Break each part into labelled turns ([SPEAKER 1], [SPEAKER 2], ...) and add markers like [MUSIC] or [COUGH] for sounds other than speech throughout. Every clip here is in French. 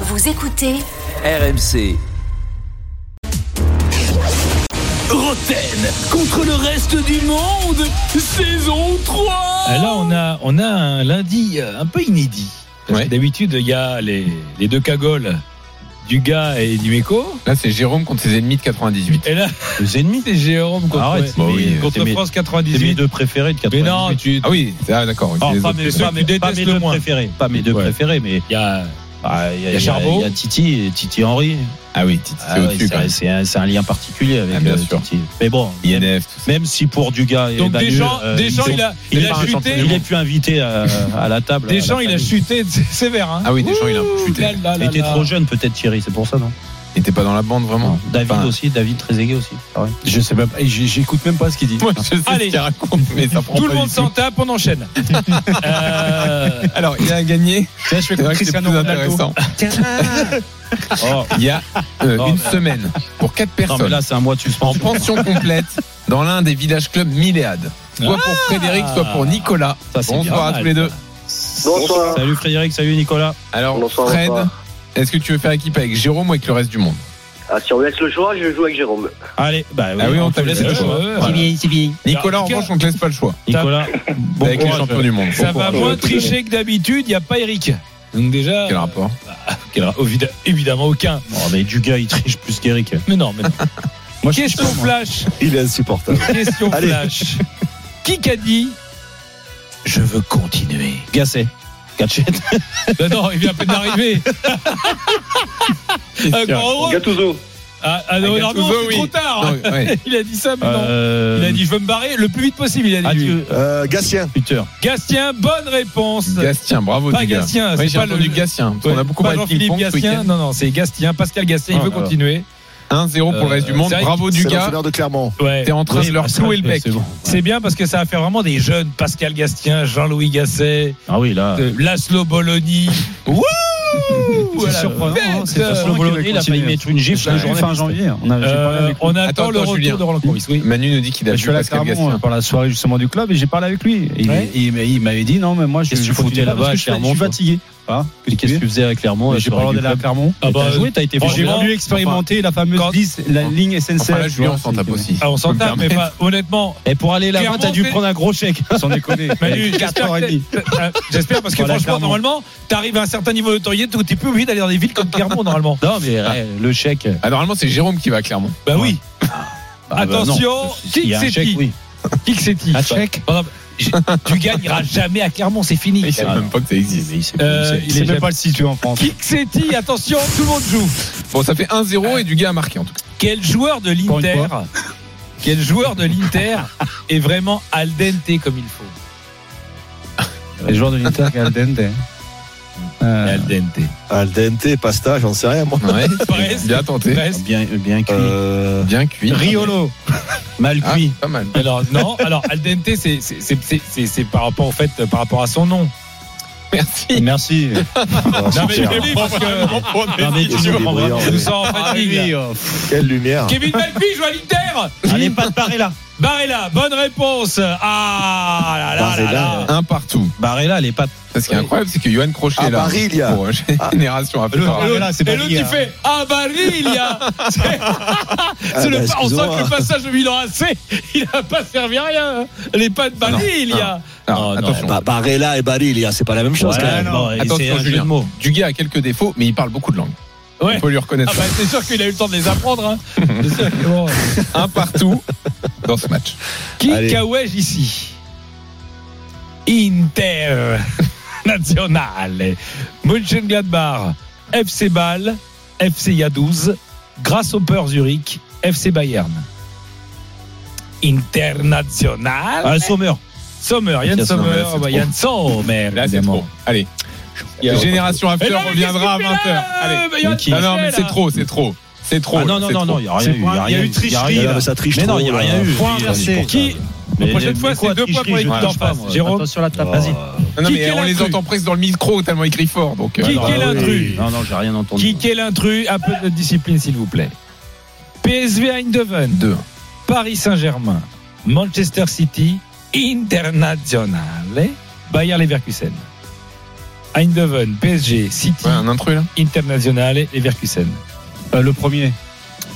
[SPEAKER 1] Vous écoutez
[SPEAKER 2] RMC. Roten contre le reste du monde, saison 3
[SPEAKER 3] Euh, Là, on a, on a un lundi euh, un peu inédit. Parce que
[SPEAKER 4] Ouais.
[SPEAKER 3] D'habitude, il y a les, les deux cagoles du gars et du méco.
[SPEAKER 4] Là, c'est Jérôme contre ses ennemis de 98.
[SPEAKER 3] Et là, les ennemis, c'est Jérôme contre,
[SPEAKER 5] Arrête,
[SPEAKER 3] mais-
[SPEAKER 4] bah oui,
[SPEAKER 3] contre
[SPEAKER 5] c'est mes-
[SPEAKER 3] France
[SPEAKER 5] C'est
[SPEAKER 3] 98.
[SPEAKER 5] mes deux préférés de
[SPEAKER 3] Mais
[SPEAKER 5] 98.
[SPEAKER 3] non, tu.
[SPEAKER 4] Ah oui, ah, d'accord. ok,
[SPEAKER 3] Oh,
[SPEAKER 4] les
[SPEAKER 3] pas
[SPEAKER 4] autres.
[SPEAKER 3] mes, pas mes- pas
[SPEAKER 5] pas
[SPEAKER 3] mes
[SPEAKER 5] mes
[SPEAKER 3] deux
[SPEAKER 5] deux
[SPEAKER 3] moins.
[SPEAKER 5] préférés, pas mes deux
[SPEAKER 3] Ouais.
[SPEAKER 5] préférés, mais
[SPEAKER 3] Il y a.
[SPEAKER 5] bah, il y, a-
[SPEAKER 3] Il y a
[SPEAKER 5] il y a-
[SPEAKER 3] Charbot.
[SPEAKER 5] il y a Titi, et Titi Henry.
[SPEAKER 4] Ah oui, Titi,
[SPEAKER 5] Ah
[SPEAKER 4] c'est
[SPEAKER 5] ouais,
[SPEAKER 4] au-dessus.
[SPEAKER 5] c'est
[SPEAKER 4] quand même.
[SPEAKER 5] c'est un, c'est un lien particulier avec
[SPEAKER 4] Ah, bien
[SPEAKER 5] euh,
[SPEAKER 4] sûr.
[SPEAKER 5] Titi. Mais bon, même,
[SPEAKER 4] INF, tout ça.
[SPEAKER 5] même si pour Dugas et
[SPEAKER 3] Donc,
[SPEAKER 5] Manu,
[SPEAKER 3] Deschamps,
[SPEAKER 5] euh,
[SPEAKER 3] Deschamps,
[SPEAKER 5] ils ont-
[SPEAKER 3] il a,
[SPEAKER 5] il
[SPEAKER 3] il
[SPEAKER 5] est
[SPEAKER 3] a
[SPEAKER 5] pas un champion
[SPEAKER 3] chuté.
[SPEAKER 5] du monde. il est plus invité à, à la table.
[SPEAKER 3] Deschamps,
[SPEAKER 5] à la
[SPEAKER 3] il a
[SPEAKER 5] famille.
[SPEAKER 2] [LAUGHS]
[SPEAKER 3] chuté c'est sévère. Hein.
[SPEAKER 4] Ah oui, Deschamps, il a un peu chuté.
[SPEAKER 3] Là, là,
[SPEAKER 5] Il
[SPEAKER 3] là,
[SPEAKER 5] était
[SPEAKER 3] là.
[SPEAKER 5] trop jeune peut-être Thierry, c'est pour ça non
[SPEAKER 4] Il était pas dans la bande vraiment.
[SPEAKER 5] David
[SPEAKER 4] Enfin,
[SPEAKER 5] aussi, David Trezeguet aussi. Ah ouais.
[SPEAKER 6] Je sais même pas, j- j'écoute même pas ce qu'il dit.
[SPEAKER 4] [LAUGHS] Moi, je sais
[SPEAKER 3] Allez.
[SPEAKER 4] ce qu'il raconte, mais ça prend
[SPEAKER 3] Tout
[SPEAKER 4] pas
[SPEAKER 3] le
[SPEAKER 4] du
[SPEAKER 3] monde
[SPEAKER 4] tout.
[SPEAKER 3] s'en tape, on
[SPEAKER 5] [LAUGHS]
[SPEAKER 3] enchaîne. Euh,
[SPEAKER 4] Alors, il
[SPEAKER 3] [LAUGHS]
[SPEAKER 4] a gagné.
[SPEAKER 3] tiens, je fais
[SPEAKER 4] C'est
[SPEAKER 3] comme
[SPEAKER 4] vrai que c'est
[SPEAKER 3] Cristiano
[SPEAKER 4] plus
[SPEAKER 3] Ronaldo.
[SPEAKER 4] intéressant.
[SPEAKER 5] Oh,
[SPEAKER 4] Il y a euh,
[SPEAKER 5] Non,
[SPEAKER 4] une
[SPEAKER 5] mais-
[SPEAKER 4] semaine pour quatre
[SPEAKER 5] non mais
[SPEAKER 4] personnes
[SPEAKER 5] là c'est un mois de
[SPEAKER 4] en
[SPEAKER 5] suspension.
[SPEAKER 4] pension complète dans l'un des villages clubs Milléade. Soit
[SPEAKER 3] Ah.
[SPEAKER 4] pour Frédéric, soit pour Nicolas.
[SPEAKER 5] Ça, c'est
[SPEAKER 4] Bonsoir
[SPEAKER 5] bien
[SPEAKER 4] à tous
[SPEAKER 5] mal.
[SPEAKER 4] les deux.
[SPEAKER 7] Bonsoir.
[SPEAKER 5] Salut Frédéric, salut Nicolas.
[SPEAKER 4] Alors,
[SPEAKER 7] Bonsoir,
[SPEAKER 4] Fred,
[SPEAKER 7] bonsoir.
[SPEAKER 4] est-ce que tu veux faire équipe avec Jérôme ou avec le reste du monde
[SPEAKER 7] Ah, si on me laisse le choix, je joue avec Jérôme.
[SPEAKER 5] Allez, bah oui,
[SPEAKER 4] Ah oui, on t'a
[SPEAKER 5] te
[SPEAKER 4] laissé
[SPEAKER 5] laisse
[SPEAKER 4] le
[SPEAKER 5] le
[SPEAKER 4] choix.
[SPEAKER 5] choix.
[SPEAKER 3] Ouais.
[SPEAKER 4] Voilà.
[SPEAKER 5] c'est bien.
[SPEAKER 4] Nicolas,
[SPEAKER 3] Nicolas-
[SPEAKER 4] en revanche, on te laisse pas le choix.
[SPEAKER 5] Nicolas, bon
[SPEAKER 4] avec les
[SPEAKER 5] courage.
[SPEAKER 4] champions du monde.
[SPEAKER 3] Ça va
[SPEAKER 5] courage.
[SPEAKER 3] moins tricher que d'habitude, il n'y a pas Eric. Donc déjà,
[SPEAKER 4] Quel rapport
[SPEAKER 3] quel ra- ovida- évidemment aucun.
[SPEAKER 5] Oh, mais Dugas, il triche plus qu'Eric.
[SPEAKER 3] Mais non, mais non.
[SPEAKER 5] [LAUGHS] Moi, je hein.
[SPEAKER 3] Question flash.
[SPEAKER 6] Il est insupportable.
[SPEAKER 3] Question
[SPEAKER 6] Allez.
[SPEAKER 3] flash. Qui qu'a dit Je veux continuer.
[SPEAKER 5] Gasset. Gatchette.
[SPEAKER 3] Ben non, il vient à peine
[SPEAKER 5] [LAUGHS]
[SPEAKER 3] d'arriver. Un grand heureux.
[SPEAKER 7] Gattuso.
[SPEAKER 3] Ah, ah non,
[SPEAKER 4] Un
[SPEAKER 3] non, non,
[SPEAKER 4] Gattuso,
[SPEAKER 3] c'est
[SPEAKER 4] oui.
[SPEAKER 3] trop tard.
[SPEAKER 4] Non, ouais.
[SPEAKER 3] [LAUGHS] Il a dit ça, mais non.
[SPEAKER 5] Euh,
[SPEAKER 3] Il a dit je veux me barrer le plus vite possible. Il a dit. lui.
[SPEAKER 5] Adieu.
[SPEAKER 6] Euh, Gatien.
[SPEAKER 5] Putain.
[SPEAKER 3] Gastien, bonne réponse.
[SPEAKER 4] Gastien, bravo
[SPEAKER 3] Pas
[SPEAKER 4] du gars.
[SPEAKER 3] Gastien,
[SPEAKER 4] Oui,
[SPEAKER 3] c'est
[SPEAKER 4] j'ai
[SPEAKER 3] pas
[SPEAKER 4] entendu
[SPEAKER 3] le-
[SPEAKER 4] Gastien. parce
[SPEAKER 3] Ouais,
[SPEAKER 4] qu'on a beaucoup
[SPEAKER 3] pas
[SPEAKER 4] parlé de
[SPEAKER 3] Jean-Philippe
[SPEAKER 4] ping-pong ce
[SPEAKER 3] Gastien.
[SPEAKER 4] week-end.
[SPEAKER 3] Non, non, c'est Gastien. Pascal Gastien, il
[SPEAKER 5] Ah,
[SPEAKER 3] veut
[SPEAKER 5] alors.
[SPEAKER 3] continuer.
[SPEAKER 4] 1-0 pour le reste du
[SPEAKER 3] Euh,
[SPEAKER 4] monde.
[SPEAKER 3] c'est vrai
[SPEAKER 4] Bravo
[SPEAKER 6] C'est
[SPEAKER 4] du gars.
[SPEAKER 6] l'entraîneur de Clermont.
[SPEAKER 3] Ouais.
[SPEAKER 4] T'es en train
[SPEAKER 5] Oui,
[SPEAKER 4] de leur
[SPEAKER 5] bah, ça,
[SPEAKER 4] clouer le
[SPEAKER 5] mais
[SPEAKER 4] bec.
[SPEAKER 5] c'est bon.
[SPEAKER 3] C'est bien parce que ça va faire vraiment des jeunes. Pascal Gastien, Jean-Louis Gasset,
[SPEAKER 5] Ah oui, là.
[SPEAKER 3] euh, Laslo
[SPEAKER 5] [LAUGHS]
[SPEAKER 3] Bologna. Wouh
[SPEAKER 5] C'est
[SPEAKER 3] Voilà,
[SPEAKER 5] surprenant.
[SPEAKER 3] fête.
[SPEAKER 5] hein, C'est parce que
[SPEAKER 3] Euh,
[SPEAKER 5] le Bologna, il a failli mettre une gifle la
[SPEAKER 4] Ouais.
[SPEAKER 5] journée fin janvier. hein. On a,
[SPEAKER 3] euh, on attend
[SPEAKER 4] Attends,
[SPEAKER 3] le
[SPEAKER 4] attends,
[SPEAKER 3] retour
[SPEAKER 4] Julien.
[SPEAKER 3] de Roland Courbis. Oui.
[SPEAKER 4] Manu nous dit qu'il a
[SPEAKER 6] je
[SPEAKER 4] vu
[SPEAKER 6] suis allé à
[SPEAKER 4] Pascal
[SPEAKER 6] Clermont euh,
[SPEAKER 4] Gastien.
[SPEAKER 6] pour la soirée justement du club et j'ai parlé avec lui. Et il-
[SPEAKER 3] Ouais.
[SPEAKER 6] il, m'a- il m'avait dit non mais moi je,
[SPEAKER 5] Qu'est-ce que
[SPEAKER 6] je
[SPEAKER 5] tu foutais
[SPEAKER 6] continue
[SPEAKER 5] là-bas,
[SPEAKER 6] parce que je suis-
[SPEAKER 5] Clermont
[SPEAKER 6] Je suis fatigué. Hein
[SPEAKER 5] Qu'est-ce que tu faisais avec Clermont
[SPEAKER 6] Mais J'ai pas le droit d'aller à Clermont.
[SPEAKER 3] Ah bah,
[SPEAKER 5] T'as joué, t'as été
[SPEAKER 3] euh,
[SPEAKER 6] J'ai
[SPEAKER 3] franchement,
[SPEAKER 5] formidable.
[SPEAKER 6] voulu expérimenter la fameuse
[SPEAKER 3] quand-
[SPEAKER 6] 10, la
[SPEAKER 4] quand-
[SPEAKER 6] ligne SNCF.
[SPEAKER 4] Enfin là, Julien, on s'en tape aussi.
[SPEAKER 3] Ah, on s'en tape, mais pas, honnêtement,
[SPEAKER 5] Et Eh, pour aller là-bas,
[SPEAKER 3] Clermont
[SPEAKER 5] t'as dû
[SPEAKER 3] fait-
[SPEAKER 5] prendre un
[SPEAKER 3] [LAUGHS]
[SPEAKER 5] gros chèque.
[SPEAKER 6] Sans
[SPEAKER 5] [LAUGHS]
[SPEAKER 6] déconner.
[SPEAKER 3] Manu, j'espère que
[SPEAKER 6] 4h30.
[SPEAKER 3] t'es- euh, j'espère parce que
[SPEAKER 6] Voilà,
[SPEAKER 3] franchement,
[SPEAKER 6] Clermont.
[SPEAKER 3] normalement, t'arrives à un certain niveau de notoriété où t'es plus obligé d'aller dans des villes comme Clermont, normalement.
[SPEAKER 5] Non, mais eh, le chèque.
[SPEAKER 4] Ah, normalement, c'est Jérôme qui va à Clermont.
[SPEAKER 3] Bah oui.
[SPEAKER 5] Ah, bah, non.
[SPEAKER 3] Attention,
[SPEAKER 5] Il
[SPEAKER 3] qui
[SPEAKER 5] y a un
[SPEAKER 3] c'est
[SPEAKER 5] chèque,
[SPEAKER 3] qui
[SPEAKER 5] oui.
[SPEAKER 3] Qui que c'est qui
[SPEAKER 5] Un chèque
[SPEAKER 3] Oh, non, j'ai- Tu gagneras jamais à Clermont, c'est fini.
[SPEAKER 4] Il sait
[SPEAKER 5] Ah,
[SPEAKER 4] même pas que ça existe.
[SPEAKER 5] Il sait
[SPEAKER 3] Euh,
[SPEAKER 5] pas,
[SPEAKER 3] il
[SPEAKER 5] il sait
[SPEAKER 3] est
[SPEAKER 6] C'est
[SPEAKER 3] jamais-
[SPEAKER 6] même pas le situé en France.
[SPEAKER 3] Qui que c'est qui Attention, tout le monde joue.
[SPEAKER 4] Bon, ça fait 1-0 et du gars a marqué en tout cas.
[SPEAKER 3] Quel joueur de
[SPEAKER 6] Encore une
[SPEAKER 3] l'Inter Quel joueur de l'Inter est vraiment al dente comme il faut
[SPEAKER 6] Les joueurs de l'Inter, Al Dente. Euh,
[SPEAKER 3] dente.
[SPEAKER 6] Al Dente, Pasta, j'en sais rien moi.
[SPEAKER 4] Ouais,
[SPEAKER 3] Presque.
[SPEAKER 4] il a tenté.
[SPEAKER 3] Presque.
[SPEAKER 5] Bien, bien cuit.
[SPEAKER 4] [LAUGHS]
[SPEAKER 6] Euh,
[SPEAKER 4] Bien cuit.
[SPEAKER 5] Riolo. Mal
[SPEAKER 4] Ah,
[SPEAKER 5] cuit.
[SPEAKER 4] pas mal.
[SPEAKER 3] Alors non, alors al dente c'est c'est- c'est- c'est- c'est- c'est par rapport en fait euh, par rapport à son nom.
[SPEAKER 4] Merci.
[SPEAKER 5] Merci.
[SPEAKER 6] on va
[SPEAKER 3] Non mais je
[SPEAKER 6] sortir.
[SPEAKER 3] le dis parce que
[SPEAKER 5] Non, mais tu
[SPEAKER 6] Il est
[SPEAKER 5] comprends
[SPEAKER 6] brillant.
[SPEAKER 3] je nous sens en fatigue. là.
[SPEAKER 6] Quelle lumière.
[SPEAKER 3] Kevin Malpi joue à l'Inter.
[SPEAKER 5] Allez, pas de parer là.
[SPEAKER 3] Barella, bonne réponse. Ah là là là là.
[SPEAKER 4] Un partout.
[SPEAKER 5] Barrella, elle est pas.
[SPEAKER 4] Ça, Ce qui est incroyable, c'est que Johan Crochet
[SPEAKER 6] À
[SPEAKER 4] est là.
[SPEAKER 6] Paris, il y a. Ah.
[SPEAKER 4] Pour euh, Génération après.
[SPEAKER 3] Et l'autre-
[SPEAKER 6] Barella, c'est
[SPEAKER 3] et l'autre qui
[SPEAKER 5] hein.
[SPEAKER 6] Barilla.
[SPEAKER 3] fait Ah
[SPEAKER 5] [LAUGHS]
[SPEAKER 3] Barilla C'est
[SPEAKER 5] Ah,
[SPEAKER 3] c'est le
[SPEAKER 6] bah,
[SPEAKER 3] pas- On sent
[SPEAKER 6] excuse-moi.
[SPEAKER 3] que le passage de Milan AC, il n'a pas servi à rien. hein. Les pas
[SPEAKER 5] Ah,
[SPEAKER 3] de Barilla.
[SPEAKER 4] Alors,
[SPEAKER 5] Oh, non.
[SPEAKER 4] attention.
[SPEAKER 8] Bah, Barella et Barilla, c'est pas la même chose. quand
[SPEAKER 5] Voilà,
[SPEAKER 8] même.
[SPEAKER 5] bon, et
[SPEAKER 4] Attention,
[SPEAKER 5] c'est un jeu
[SPEAKER 4] Julien.
[SPEAKER 5] de mots.
[SPEAKER 4] Du gars a quelques défauts, mais il parle beaucoup de langues.
[SPEAKER 3] Ouais.
[SPEAKER 4] On peut lui reconnaître.
[SPEAKER 3] Ah bah c'est sûr qu'il a eu le temps de les apprendre.
[SPEAKER 5] [LAUGHS]
[SPEAKER 3] hein. C'est sûr que bon.
[SPEAKER 4] un partout dans ce match.
[SPEAKER 3] Qui
[SPEAKER 6] Allez.
[SPEAKER 3] cahouège ici Inter National [LAUGHS] Mönchengladbach FC Bâle FC Yaduz Grasshopper Zurich FC Bayern International
[SPEAKER 5] Ah, Sommer.
[SPEAKER 3] Sommer Yann
[SPEAKER 5] Tiens,
[SPEAKER 3] Sommer
[SPEAKER 4] Sommer, c'est
[SPEAKER 3] bah, Yann Sommer
[SPEAKER 4] Là, c'est
[SPEAKER 3] évidemment.
[SPEAKER 4] trop. Allez.
[SPEAKER 3] y a-
[SPEAKER 4] Génération
[SPEAKER 3] Et
[SPEAKER 4] After
[SPEAKER 3] non, mais
[SPEAKER 4] reviendra à
[SPEAKER 3] qu'est-ce qu'il fait
[SPEAKER 4] 20h.
[SPEAKER 3] là
[SPEAKER 4] Allez.
[SPEAKER 3] Bah, Yann
[SPEAKER 5] Qui
[SPEAKER 4] Non, non,
[SPEAKER 3] Sommer,
[SPEAKER 4] mais c'est
[SPEAKER 3] là.
[SPEAKER 4] trop, c'est trop. C'est trop.
[SPEAKER 5] Ah non,
[SPEAKER 4] là,
[SPEAKER 5] non,
[SPEAKER 4] c'est
[SPEAKER 5] non,
[SPEAKER 4] trop.
[SPEAKER 5] non, il n'y a rien
[SPEAKER 6] C'est
[SPEAKER 5] eu.
[SPEAKER 6] pas-
[SPEAKER 5] Il y a eu
[SPEAKER 8] Il
[SPEAKER 5] tricherie.
[SPEAKER 8] y a- ça triche
[SPEAKER 5] Mais non,
[SPEAKER 8] trop,
[SPEAKER 5] il n'y a
[SPEAKER 8] là.
[SPEAKER 5] rien eu.
[SPEAKER 3] Point
[SPEAKER 5] Il y a
[SPEAKER 3] inversé.
[SPEAKER 5] rien eu.
[SPEAKER 6] Euh,
[SPEAKER 3] Qui La
[SPEAKER 5] Mais-
[SPEAKER 3] prochaine
[SPEAKER 5] mais
[SPEAKER 3] fois,
[SPEAKER 5] quoi,
[SPEAKER 3] c'est deux points
[SPEAKER 5] tricherie,
[SPEAKER 3] pour
[SPEAKER 5] je
[SPEAKER 3] l'équipe
[SPEAKER 5] ne
[SPEAKER 3] d'en
[SPEAKER 5] triche pas,
[SPEAKER 3] face.
[SPEAKER 5] moi.
[SPEAKER 3] Jérôme
[SPEAKER 5] Attention à la table.
[SPEAKER 8] Oh.
[SPEAKER 5] Vas-y.
[SPEAKER 4] Non, non,
[SPEAKER 3] Qui
[SPEAKER 4] mais
[SPEAKER 3] qu'est
[SPEAKER 4] on les
[SPEAKER 3] l'intrus
[SPEAKER 4] entend presque dans le micro tellement il crie fort. Donc, euh,
[SPEAKER 3] Qui
[SPEAKER 4] alors,
[SPEAKER 3] qu'est l'intrus
[SPEAKER 5] Ah, Non, non, j'ai rien entendu.
[SPEAKER 3] Qui qu'est l'intrus Un peu de discipline, s'il vous plaît. PSV Eindhoven,
[SPEAKER 4] deux.
[SPEAKER 3] Paris Saint-Germain, Manchester City, Internazionale, Bayer Leverkusen.
[SPEAKER 5] Eindhoven, PSG, City,
[SPEAKER 4] Ouais, un intrus là.
[SPEAKER 5] International et Leverkusen.
[SPEAKER 9] Euh, le premier.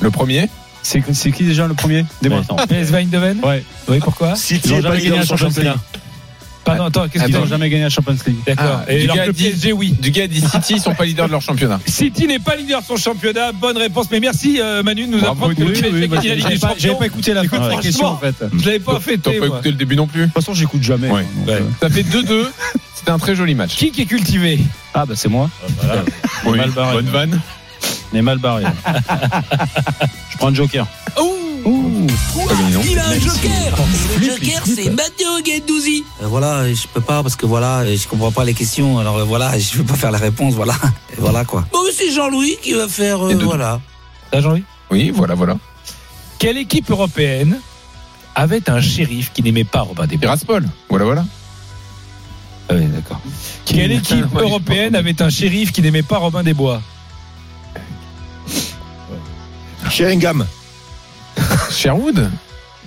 [SPEAKER 4] Le premier.
[SPEAKER 9] C'est c'est qui déjà le premier Dis-moi.
[SPEAKER 3] Attends.
[SPEAKER 5] PSV Eindhoven
[SPEAKER 9] Ouais.
[SPEAKER 5] Oui, pourquoi
[SPEAKER 6] City
[SPEAKER 9] Ils n'ont
[SPEAKER 6] est pas
[SPEAKER 9] jamais gagné
[SPEAKER 6] leader de
[SPEAKER 9] la Champions
[SPEAKER 6] Champions
[SPEAKER 9] League.
[SPEAKER 3] Ah
[SPEAKER 5] Pardon, attends, qu'est-ce
[SPEAKER 9] Ils
[SPEAKER 5] qu'ils
[SPEAKER 4] Attends.
[SPEAKER 9] n'ont
[SPEAKER 5] ont
[SPEAKER 9] jamais gagné la Champions League.
[SPEAKER 5] D'accord.
[SPEAKER 4] Ah,
[SPEAKER 5] Et
[SPEAKER 4] du
[SPEAKER 5] alors
[SPEAKER 4] gars
[SPEAKER 5] que le
[SPEAKER 4] dit-
[SPEAKER 5] PSG, oui.
[SPEAKER 4] Du gars dit City, ils sont pas leaders de leur championnat.
[SPEAKER 5] City n'est pas leader de son championnat. Bonne réponse. Mais merci euh, Manu de nous
[SPEAKER 4] Bravo,
[SPEAKER 5] apprendre que
[SPEAKER 4] oui,
[SPEAKER 5] le PSG gagne la Ligue des
[SPEAKER 9] J'avais pas, j'avais
[SPEAKER 5] Champions.
[SPEAKER 9] pas écouté la fin de la
[SPEAKER 5] Écoute,
[SPEAKER 9] question en fait. De
[SPEAKER 5] Je l'avais pas fait.
[SPEAKER 4] T'as pas écouté le début non plus.
[SPEAKER 9] toute façon, j'écoute jamais.
[SPEAKER 4] Ouais.
[SPEAKER 9] donc,
[SPEAKER 5] Eh, Ouais.
[SPEAKER 9] euh,
[SPEAKER 4] Ça fait 2-2. C'était un très joli match.
[SPEAKER 5] Qui qui est cultivé
[SPEAKER 9] Ah bah c'est moi.
[SPEAKER 4] Oui,
[SPEAKER 3] mal barré.
[SPEAKER 4] Bonne vanne.
[SPEAKER 3] On est mal barré. Je prends le Joker.
[SPEAKER 4] Pas gagné, non
[SPEAKER 10] Il a un joker Et le
[SPEAKER 9] flippe, il
[SPEAKER 10] joker,
[SPEAKER 9] flippe.
[SPEAKER 10] c'est Matteo Guendouzi
[SPEAKER 1] Euh, Voilà, je peux pas parce que voilà, je comprends pas les questions. Alors euh, voilà, [LAUGHS] je peux pas faire la réponse. Voilà, Et voilà quoi. Bon, mais c'est Jean-Louis qui va faire. euh,
[SPEAKER 4] Et de-
[SPEAKER 1] voilà.
[SPEAKER 5] T'as Jean-Louis
[SPEAKER 4] Oui, voilà, voilà.
[SPEAKER 5] Quelle équipe européenne avait un shérif qui n'aimait pas Robin des Bois
[SPEAKER 4] Tiraspol. Voilà, voilà.
[SPEAKER 5] Ah oui, d'accord. Quelle équipe
[SPEAKER 4] Ouais,
[SPEAKER 5] européenne avait un shérif qui n'aimait pas Robin des Bois
[SPEAKER 6] Sheringham,
[SPEAKER 4] Sherwood.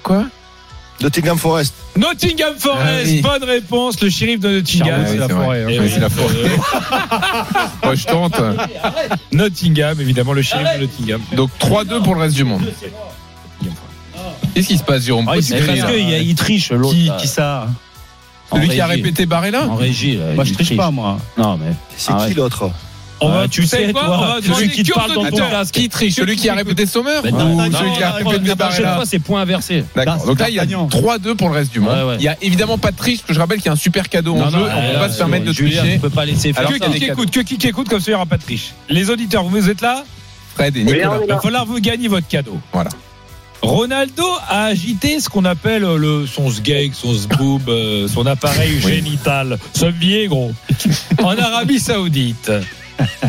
[SPEAKER 4] Quoi
[SPEAKER 6] Nottingham Forest.
[SPEAKER 5] Nottingham Forest,
[SPEAKER 4] Ah oui.
[SPEAKER 5] bonne réponse, le shérif de Nottingham.
[SPEAKER 4] Ah oui,
[SPEAKER 9] la
[SPEAKER 4] c'est vrai.
[SPEAKER 9] forêt, hein.
[SPEAKER 4] Oui, c'est la forêt. [LAUGHS] Ouais, je tente.
[SPEAKER 5] Nottingham, évidemment, le shérif de Nottingham.
[SPEAKER 4] Donc 3-2 pour le reste du monde. Qu'est-ce qui se passe, Jérôme
[SPEAKER 3] Ah,
[SPEAKER 4] Pourquoi
[SPEAKER 3] il-
[SPEAKER 4] tu
[SPEAKER 3] parce
[SPEAKER 4] cries, là
[SPEAKER 3] qu'il y a- il triche l'autre.
[SPEAKER 9] Qui,
[SPEAKER 3] là.
[SPEAKER 9] qui ça
[SPEAKER 3] En
[SPEAKER 4] Celui qui a
[SPEAKER 3] régie.
[SPEAKER 4] répété Barrella
[SPEAKER 3] En régie. là,
[SPEAKER 9] Moi je
[SPEAKER 3] il
[SPEAKER 9] triche pas moi.
[SPEAKER 3] Non, mais.
[SPEAKER 6] C'est
[SPEAKER 3] Ah
[SPEAKER 6] qui
[SPEAKER 3] ouais.
[SPEAKER 6] l'autre
[SPEAKER 5] On va,
[SPEAKER 3] Ah,
[SPEAKER 5] tu sais quoi On va demander
[SPEAKER 3] celui qui te
[SPEAKER 5] qui
[SPEAKER 3] parle dans ton
[SPEAKER 5] auditeur.
[SPEAKER 3] casque.
[SPEAKER 4] Qui triche Celui qui a répété Sommer
[SPEAKER 3] Ben
[SPEAKER 4] Ou
[SPEAKER 3] non, non,
[SPEAKER 4] celui
[SPEAKER 3] non,
[SPEAKER 4] qui a
[SPEAKER 3] non,
[SPEAKER 4] répété
[SPEAKER 3] la prochaine
[SPEAKER 4] Barrella
[SPEAKER 3] fois, c'est point inversé.
[SPEAKER 4] D'accord.
[SPEAKER 9] c'est
[SPEAKER 4] Donc là, il y a
[SPEAKER 9] Carpagnan.
[SPEAKER 4] 3-2 pour le reste du monde.
[SPEAKER 3] Ouais, ouais.
[SPEAKER 4] Il y a évidemment pas de triche, parce que je rappelle qu'il y a un super cadeau en jeu. on ne peut pas se permettre de
[SPEAKER 3] Julien,
[SPEAKER 4] tricher.
[SPEAKER 3] On peut pas laisser faire
[SPEAKER 4] Alors,
[SPEAKER 5] Que
[SPEAKER 3] ça.
[SPEAKER 5] qui qui écoute, que qui qui écoute, comme ça il n'y aura pas de triche. Les auditeurs, vous êtes là
[SPEAKER 4] Fred et
[SPEAKER 7] Oui,
[SPEAKER 4] Nicolas.
[SPEAKER 7] on est
[SPEAKER 5] Il va
[SPEAKER 7] là.
[SPEAKER 5] falloir vous gagner votre cadeau.
[SPEAKER 4] Voilà.
[SPEAKER 5] Ronaldo a agité ce qu'on appelle euh, le son sgeg, son sboob, euh, son appareil génital, ce biais gros, en Arabie Saoudite.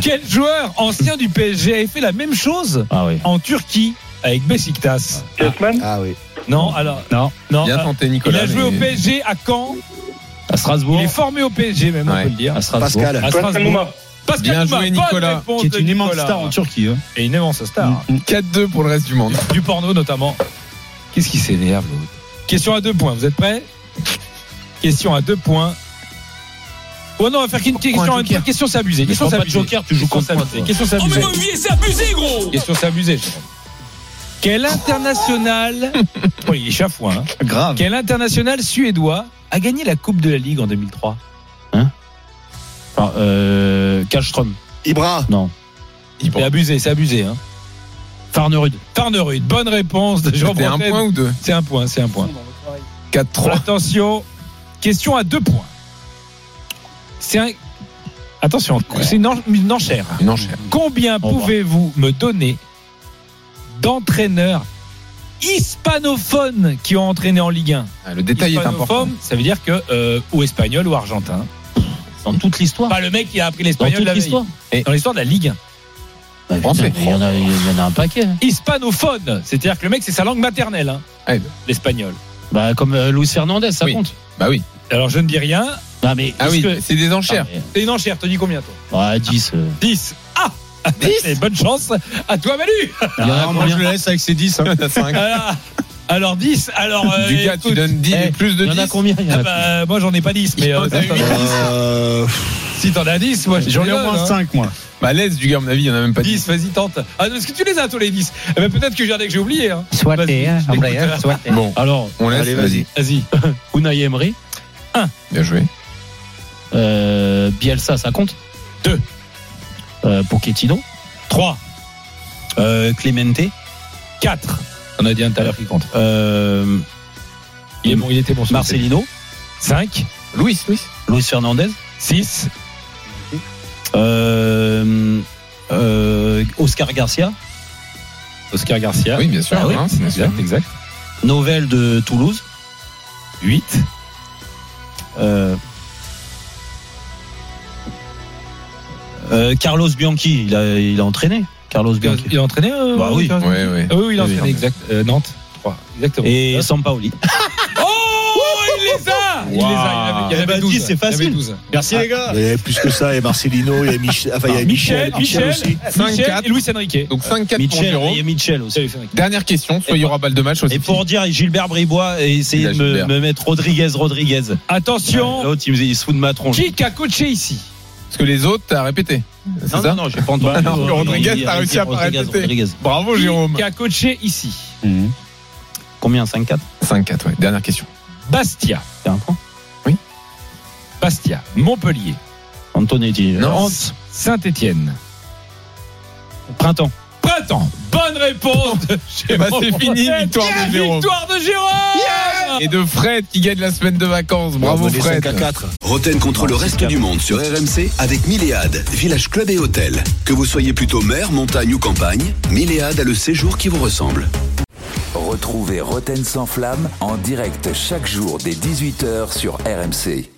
[SPEAKER 5] Quel joueur ancien du PSG avait fait la même chose
[SPEAKER 3] Ah oui.
[SPEAKER 5] en Turquie avec Besiktas
[SPEAKER 7] Kaufmann
[SPEAKER 6] Ah oui.
[SPEAKER 5] Non, alors
[SPEAKER 9] Non.
[SPEAKER 5] non.
[SPEAKER 4] Bien
[SPEAKER 5] euh,
[SPEAKER 4] tenté,
[SPEAKER 5] il
[SPEAKER 4] Nicolas.
[SPEAKER 5] a joué au
[SPEAKER 4] mais-
[SPEAKER 5] PSG à Caen.
[SPEAKER 3] À Strasbourg.
[SPEAKER 5] Il est formé au PSG même, on
[SPEAKER 4] Ouais.
[SPEAKER 5] peut le dire.
[SPEAKER 3] À Strasbourg.
[SPEAKER 6] Pascal.
[SPEAKER 5] À Strasbourg.
[SPEAKER 4] Bien
[SPEAKER 5] Pascal Nouma,
[SPEAKER 4] joué,
[SPEAKER 5] bonne
[SPEAKER 4] Nicolas,
[SPEAKER 5] réponse
[SPEAKER 9] Qui est
[SPEAKER 5] de
[SPEAKER 9] une immense
[SPEAKER 5] Nicolas.
[SPEAKER 9] star en Turquie. hein.
[SPEAKER 5] Et une immense star.
[SPEAKER 4] 4-2 pour le reste du monde.
[SPEAKER 5] du porno notamment. Qu'est-ce qui s'énerve l'autre Question à deux points, vous êtes prêts Question à deux points. Oh non, on va faire qu'une question à une
[SPEAKER 4] joker
[SPEAKER 5] question s'abuser. Question
[SPEAKER 3] prends pas de
[SPEAKER 5] s'abuser.
[SPEAKER 3] joker, tu joues
[SPEAKER 5] Question
[SPEAKER 3] contre moi,
[SPEAKER 5] s'abuser.
[SPEAKER 3] toi.
[SPEAKER 5] Question
[SPEAKER 10] Oh mais
[SPEAKER 5] s'abuser.
[SPEAKER 10] Olivier, c'est abusé gros
[SPEAKER 5] Question s'abuser. Jérôme.
[SPEAKER 3] [LAUGHS]
[SPEAKER 5] Quel international Oui, il est chafouin. hein.
[SPEAKER 9] Grave.
[SPEAKER 5] Quel international suédois a gagné la Coupe de la Ligue en 2003
[SPEAKER 3] Enfin, euh, Kallström.
[SPEAKER 6] Ibra.
[SPEAKER 3] Non.
[SPEAKER 5] C'est abusé, c'est abusé. Hein.
[SPEAKER 3] Farnerud.
[SPEAKER 5] Farnerud, bonne réponse de Jean
[SPEAKER 4] C'était un
[SPEAKER 5] Bretagne.
[SPEAKER 4] point ou deux
[SPEAKER 5] C'est un point, c'est un point.
[SPEAKER 4] 4-3.
[SPEAKER 5] Attention, question à deux points. C'est un. Attention, c'est une, en- une enchère.
[SPEAKER 4] Une enchère.
[SPEAKER 5] Combien
[SPEAKER 3] Au revoir.
[SPEAKER 5] pouvez-vous me donner d'entraîneurs hispanophones qui ont entraîné en Ligue 1
[SPEAKER 4] Ah, Le détail est important.
[SPEAKER 5] Hispanophones, ça veut dire que euh, ou espagnol ou argentin.
[SPEAKER 3] Dans toute l'histoire.
[SPEAKER 5] Pas le mec qui a appris
[SPEAKER 3] Dans
[SPEAKER 5] l'espagnol
[SPEAKER 3] toute
[SPEAKER 5] la veille.
[SPEAKER 3] l'histoire.
[SPEAKER 5] Dans l'histoire de la Ligue
[SPEAKER 3] Bah, putain,
[SPEAKER 4] Français.
[SPEAKER 3] mais Il y, en a- il y en a un paquet. hein.
[SPEAKER 5] 1. Hispanophone, c'est-à-dire que le mec c'est sa langue maternelle, hein,
[SPEAKER 4] Ouais.
[SPEAKER 5] l'espagnol.
[SPEAKER 3] Bah, comme euh, Luis Fernandez, ça
[SPEAKER 4] Oui.
[SPEAKER 3] compte.
[SPEAKER 4] Bah oui.
[SPEAKER 5] Alors je ne dis rien.
[SPEAKER 3] Non, mais
[SPEAKER 4] Ah
[SPEAKER 3] est-ce
[SPEAKER 4] oui,
[SPEAKER 3] que-
[SPEAKER 4] c'est des enchères.
[SPEAKER 3] Ah, mais-
[SPEAKER 5] C'est une enchère, te dis combien toi
[SPEAKER 3] bah, 10. euh,
[SPEAKER 5] 10. Ah 10 Bonne chance à toi Manu
[SPEAKER 3] Il y en a
[SPEAKER 9] Ah, moi je
[SPEAKER 3] combien
[SPEAKER 9] le laisse avec ses 10. hein.
[SPEAKER 4] [LAUGHS] Cinq.
[SPEAKER 5] Alors, alors 10, alors. euh,
[SPEAKER 4] Du gars, tu
[SPEAKER 5] écoute,
[SPEAKER 4] donnes 10
[SPEAKER 3] eh,
[SPEAKER 4] plus de Ah,
[SPEAKER 3] il y en a
[SPEAKER 4] 10.
[SPEAKER 3] combien Il y en
[SPEAKER 5] ah
[SPEAKER 3] a-
[SPEAKER 5] bah, moi j'en ai pas 10, mais euh,
[SPEAKER 4] Il y en a
[SPEAKER 5] ça, ça
[SPEAKER 4] eu.
[SPEAKER 5] va.
[SPEAKER 6] Euh,
[SPEAKER 5] si t'en as 10, moi
[SPEAKER 9] J'en ai au moins
[SPEAKER 5] 5.
[SPEAKER 9] 5 moi.
[SPEAKER 4] Bah, l'aise du gars, à mon avis, il y en a même pas 10.
[SPEAKER 5] 10, vas-y, tente. Ah, non, est-ce que tu les as tous les 10 eh ben, Peut-être que j'ai que j'ai oublié. Hein. Vas-y, je t'écoute.
[SPEAKER 4] Bon,
[SPEAKER 3] Alors,
[SPEAKER 4] on laisse.
[SPEAKER 6] Allez, vas-y.
[SPEAKER 5] Vas-y.
[SPEAKER 3] [LAUGHS] Unai Emery,
[SPEAKER 4] Bien joué.
[SPEAKER 3] euh, Bielsa, ça compte
[SPEAKER 5] Deux.
[SPEAKER 3] Euh, Pochettino,
[SPEAKER 5] 3,
[SPEAKER 3] euh, Clemente,
[SPEAKER 5] 4. On a dit un tout à l'heure qui compte.
[SPEAKER 3] euh,
[SPEAKER 5] Il, est bon, il était bon.
[SPEAKER 3] Marcelino,
[SPEAKER 5] 5,
[SPEAKER 4] Louis, Louis.
[SPEAKER 3] Luis Fernandez,
[SPEAKER 5] 6,
[SPEAKER 3] euh, euh, Oscar Garcia,
[SPEAKER 5] Oscar Garcia.
[SPEAKER 4] Oui, bien sûr.
[SPEAKER 3] Ah oui,
[SPEAKER 4] hein, c'est
[SPEAKER 5] exact,
[SPEAKER 4] sûr.
[SPEAKER 5] exact.
[SPEAKER 3] Novelle de Toulouse,
[SPEAKER 5] 8,
[SPEAKER 3] euh, euh, Carlos Bianchi, il a, il a entraîné. Carlos
[SPEAKER 5] il a,
[SPEAKER 3] Bianchi.
[SPEAKER 5] il a entraîné euh,
[SPEAKER 3] Bah oui.
[SPEAKER 5] Oscar-
[SPEAKER 4] Ouais, ouais.
[SPEAKER 5] Ah oui, oui, il a
[SPEAKER 3] Oui,
[SPEAKER 5] entraîné,
[SPEAKER 3] oui.
[SPEAKER 5] exact. Euh, Nantes, 3. Exactement.
[SPEAKER 3] Et Sampaoli.
[SPEAKER 5] Oh, il les a Il les a, il y en avait, il y en
[SPEAKER 3] Eh ben,
[SPEAKER 5] avait 12.
[SPEAKER 3] 10, c'est
[SPEAKER 5] Il y en avait
[SPEAKER 3] facile.
[SPEAKER 5] 12.
[SPEAKER 3] Merci les gars.
[SPEAKER 6] Il y a plus que ça, et Marcelino, il y a Mich- enfin, il y a Michel.
[SPEAKER 5] Michel, Michel,
[SPEAKER 6] aussi.
[SPEAKER 5] Michel
[SPEAKER 4] 5-4.
[SPEAKER 5] et Luis Enrique.
[SPEAKER 4] Donc
[SPEAKER 3] Ah,
[SPEAKER 4] 5-4 pour
[SPEAKER 3] Mitchell, il y
[SPEAKER 4] Jérôme.
[SPEAKER 3] a Mitchell aussi.
[SPEAKER 5] Salut, Luis Enrique.
[SPEAKER 4] Dernière question, soit il y aura balle de match aussi.
[SPEAKER 3] Et pour dire Gilbert Bribois et essayer
[SPEAKER 4] Il a
[SPEAKER 3] de me,
[SPEAKER 4] Gilbert.
[SPEAKER 3] me mettre Rodriguez, Rodriguez.
[SPEAKER 4] Ah,
[SPEAKER 5] Attention,
[SPEAKER 3] L'autre, il, me- il se fout de ma tronche.
[SPEAKER 5] qui a coaché ici
[SPEAKER 4] Parce que les autres, t'as répété. C'est
[SPEAKER 3] Non,
[SPEAKER 4] ça
[SPEAKER 3] non, non, j'ai pas entendu.
[SPEAKER 4] non,
[SPEAKER 3] Euh,
[SPEAKER 4] Rodriguez,
[SPEAKER 3] il-
[SPEAKER 4] t'as réussi à pas
[SPEAKER 3] Rodriguez,
[SPEAKER 4] répéter.
[SPEAKER 3] Rodriguez.
[SPEAKER 4] Bravo, Oh, Jérôme.
[SPEAKER 5] Qui a coaché ici
[SPEAKER 9] Mhm.
[SPEAKER 3] Combien 5-4
[SPEAKER 4] 5-4, ouais. Dernière question.
[SPEAKER 5] Bastia.
[SPEAKER 3] C'est un point
[SPEAKER 5] Bastia. Montpellier.
[SPEAKER 3] Antonetti.
[SPEAKER 4] Non.
[SPEAKER 5] Nantes. Saint-Étienne.
[SPEAKER 3] euh, Printemps.
[SPEAKER 5] Printemps. Bonne réponse. de
[SPEAKER 4] Eh ben,
[SPEAKER 5] Jérôme
[SPEAKER 4] c'est fini,
[SPEAKER 5] Brunel.
[SPEAKER 4] victoire de Jérôme.
[SPEAKER 5] Victoire de Jérôme.
[SPEAKER 4] Et de Fred qui gagne la semaine de vacances. Bravo,
[SPEAKER 6] les
[SPEAKER 4] Fred.
[SPEAKER 6] 5 à 4.
[SPEAKER 2] Roten contre le reste du monde sur RMC avec Milléade, village club et hôtel. Que vous soyez plutôt mer, montagne ou campagne, Milléade a le séjour qui vous ressemble.
[SPEAKER 11] Retrouvez Roten sans flamme en direct chaque jour dès 18h sur RMC.